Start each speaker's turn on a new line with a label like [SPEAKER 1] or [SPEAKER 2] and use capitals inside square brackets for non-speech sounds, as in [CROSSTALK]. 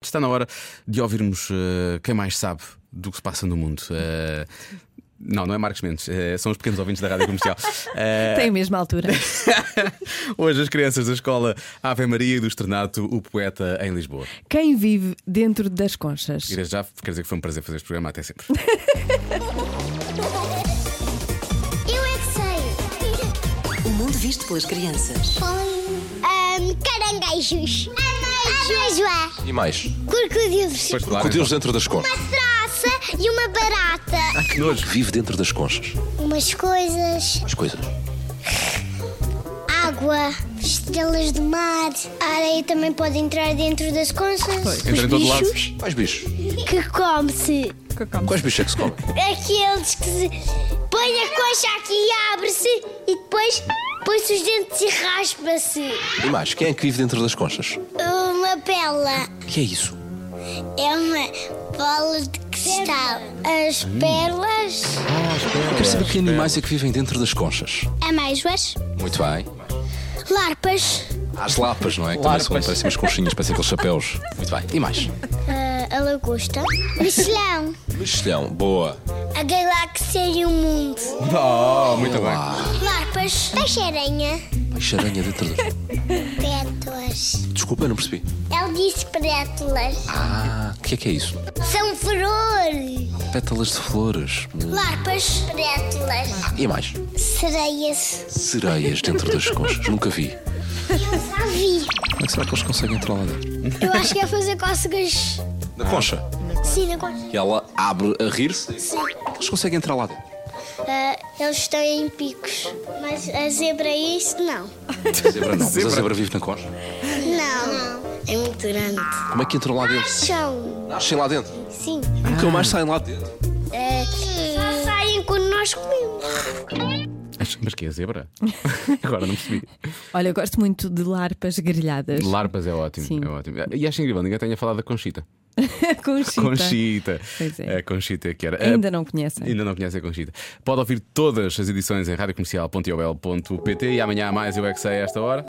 [SPEAKER 1] Está na hora de ouvirmos eh, quem mais sabe do que se passa no mundo. Eh, não, não é Marcos Mendes, eh, são os pequenos ouvintes da rádio
[SPEAKER 2] [LAUGHS]
[SPEAKER 1] comercial. Eh,
[SPEAKER 2] Tem a mesma altura.
[SPEAKER 1] hoje, as crianças da escola Ave Maria e do Estrenato, o poeta em Lisboa.
[SPEAKER 2] Quem vive dentro das conchas?
[SPEAKER 1] E desde já quero dizer que foi um prazer fazer este programa, até sempre.
[SPEAKER 2] Tipo,
[SPEAKER 3] Eu é que sei.
[SPEAKER 4] O mundo visto pelas crianças.
[SPEAKER 3] Um, caranguejos. Ameijoa.
[SPEAKER 5] E mais?
[SPEAKER 3] Crocodilos.
[SPEAKER 1] Pois claro,
[SPEAKER 5] Crocodilos dentro das conchas.
[SPEAKER 3] Uma traça e uma
[SPEAKER 5] Ah,
[SPEAKER 3] barata.
[SPEAKER 1] que nojo.
[SPEAKER 5] Vive dentro das conchas.
[SPEAKER 3] Umas coisas.
[SPEAKER 5] As coisas.
[SPEAKER 3] Água. Estrelas do mar. A areia também pode entrar dentro das conchas.
[SPEAKER 1] Entra em todo lado.
[SPEAKER 5] Quais bichos?
[SPEAKER 3] Que come-se.
[SPEAKER 5] Quais bichos é que se comem?
[SPEAKER 3] Aqueles que se põe a coxa aqui e abre-se e depois põe-se os dentes e raspa-se.
[SPEAKER 5] E mais? Quem é que vive dentro das conchas?
[SPEAKER 3] Uma pela.
[SPEAKER 5] que é isso?
[SPEAKER 3] É uma bola de cristal. As pérolas,
[SPEAKER 5] Eu quero saber que animais é que vivem dentro das conchas.
[SPEAKER 3] amêijoas,
[SPEAKER 5] Muito bem.
[SPEAKER 3] larpas,
[SPEAKER 5] Há As lapas, não é? Que também são, parecem umas conchinhas, parecem aqueles chapéus. Muito bem. E mais?
[SPEAKER 3] a, a lagosta, mexilhão,
[SPEAKER 5] Mexilhão. Boa.
[SPEAKER 3] a galáxia e o mundo,
[SPEAKER 1] Oh, muito bem.
[SPEAKER 3] larpas, peixe-aranha,
[SPEAKER 5] Peixe-aranha dentro das...
[SPEAKER 3] pétalas.
[SPEAKER 5] Desculpa, eu não percebi.
[SPEAKER 3] Ele disse pétalas.
[SPEAKER 5] Ah, o que é que é isso?
[SPEAKER 3] São flores.
[SPEAKER 5] Pétalas de flores.
[SPEAKER 3] Larpas, pétalas.
[SPEAKER 5] E mais?
[SPEAKER 3] Sereias.
[SPEAKER 5] Sereias dentro das conchas. Nunca vi.
[SPEAKER 3] Eu já vi.
[SPEAKER 5] Como é que será que eles conseguem entrar lá dentro?
[SPEAKER 3] Eu acho que é fazer cócegas.
[SPEAKER 5] Na concha.
[SPEAKER 3] Sim, na concha.
[SPEAKER 5] E ela abre a rir-se. Eles conseguem entrar lá dentro.
[SPEAKER 3] Ah, eles têm picos. Mas a zebra isso não.
[SPEAKER 5] A zebra não, mas a zebra vive na concha.
[SPEAKER 3] Não. É muito grande.
[SPEAKER 5] Como é que entrou lá dentro?
[SPEAKER 3] São.
[SPEAKER 5] Nascem lá dentro.
[SPEAKER 3] Sim.
[SPEAKER 5] Nunca mais saem lá de dentro.
[SPEAKER 3] É, só saem quando nós comemos.
[SPEAKER 1] Mas, mas que é
[SPEAKER 2] [LAUGHS]
[SPEAKER 1] zebra? Agora não percebi.
[SPEAKER 2] Olha, eu gosto muito de larpas grelhadas. [LAUGHS]
[SPEAKER 1] Larpas é ótimo,
[SPEAKER 2] Sim.
[SPEAKER 1] é ótimo. E acho incrível, ninguém tenha falado da Conchita.
[SPEAKER 2] Conchita.
[SPEAKER 1] Conchita.
[SPEAKER 2] Pois é.
[SPEAKER 1] A Conchita que era. Eh,
[SPEAKER 2] Ainda
[SPEAKER 1] a-
[SPEAKER 2] não conhecem.
[SPEAKER 1] Ainda não conhece a Conchita. Pode ouvir todas as edições em radiocomercial.iol.pt e amanhã há mais eu é que sei a esta hora.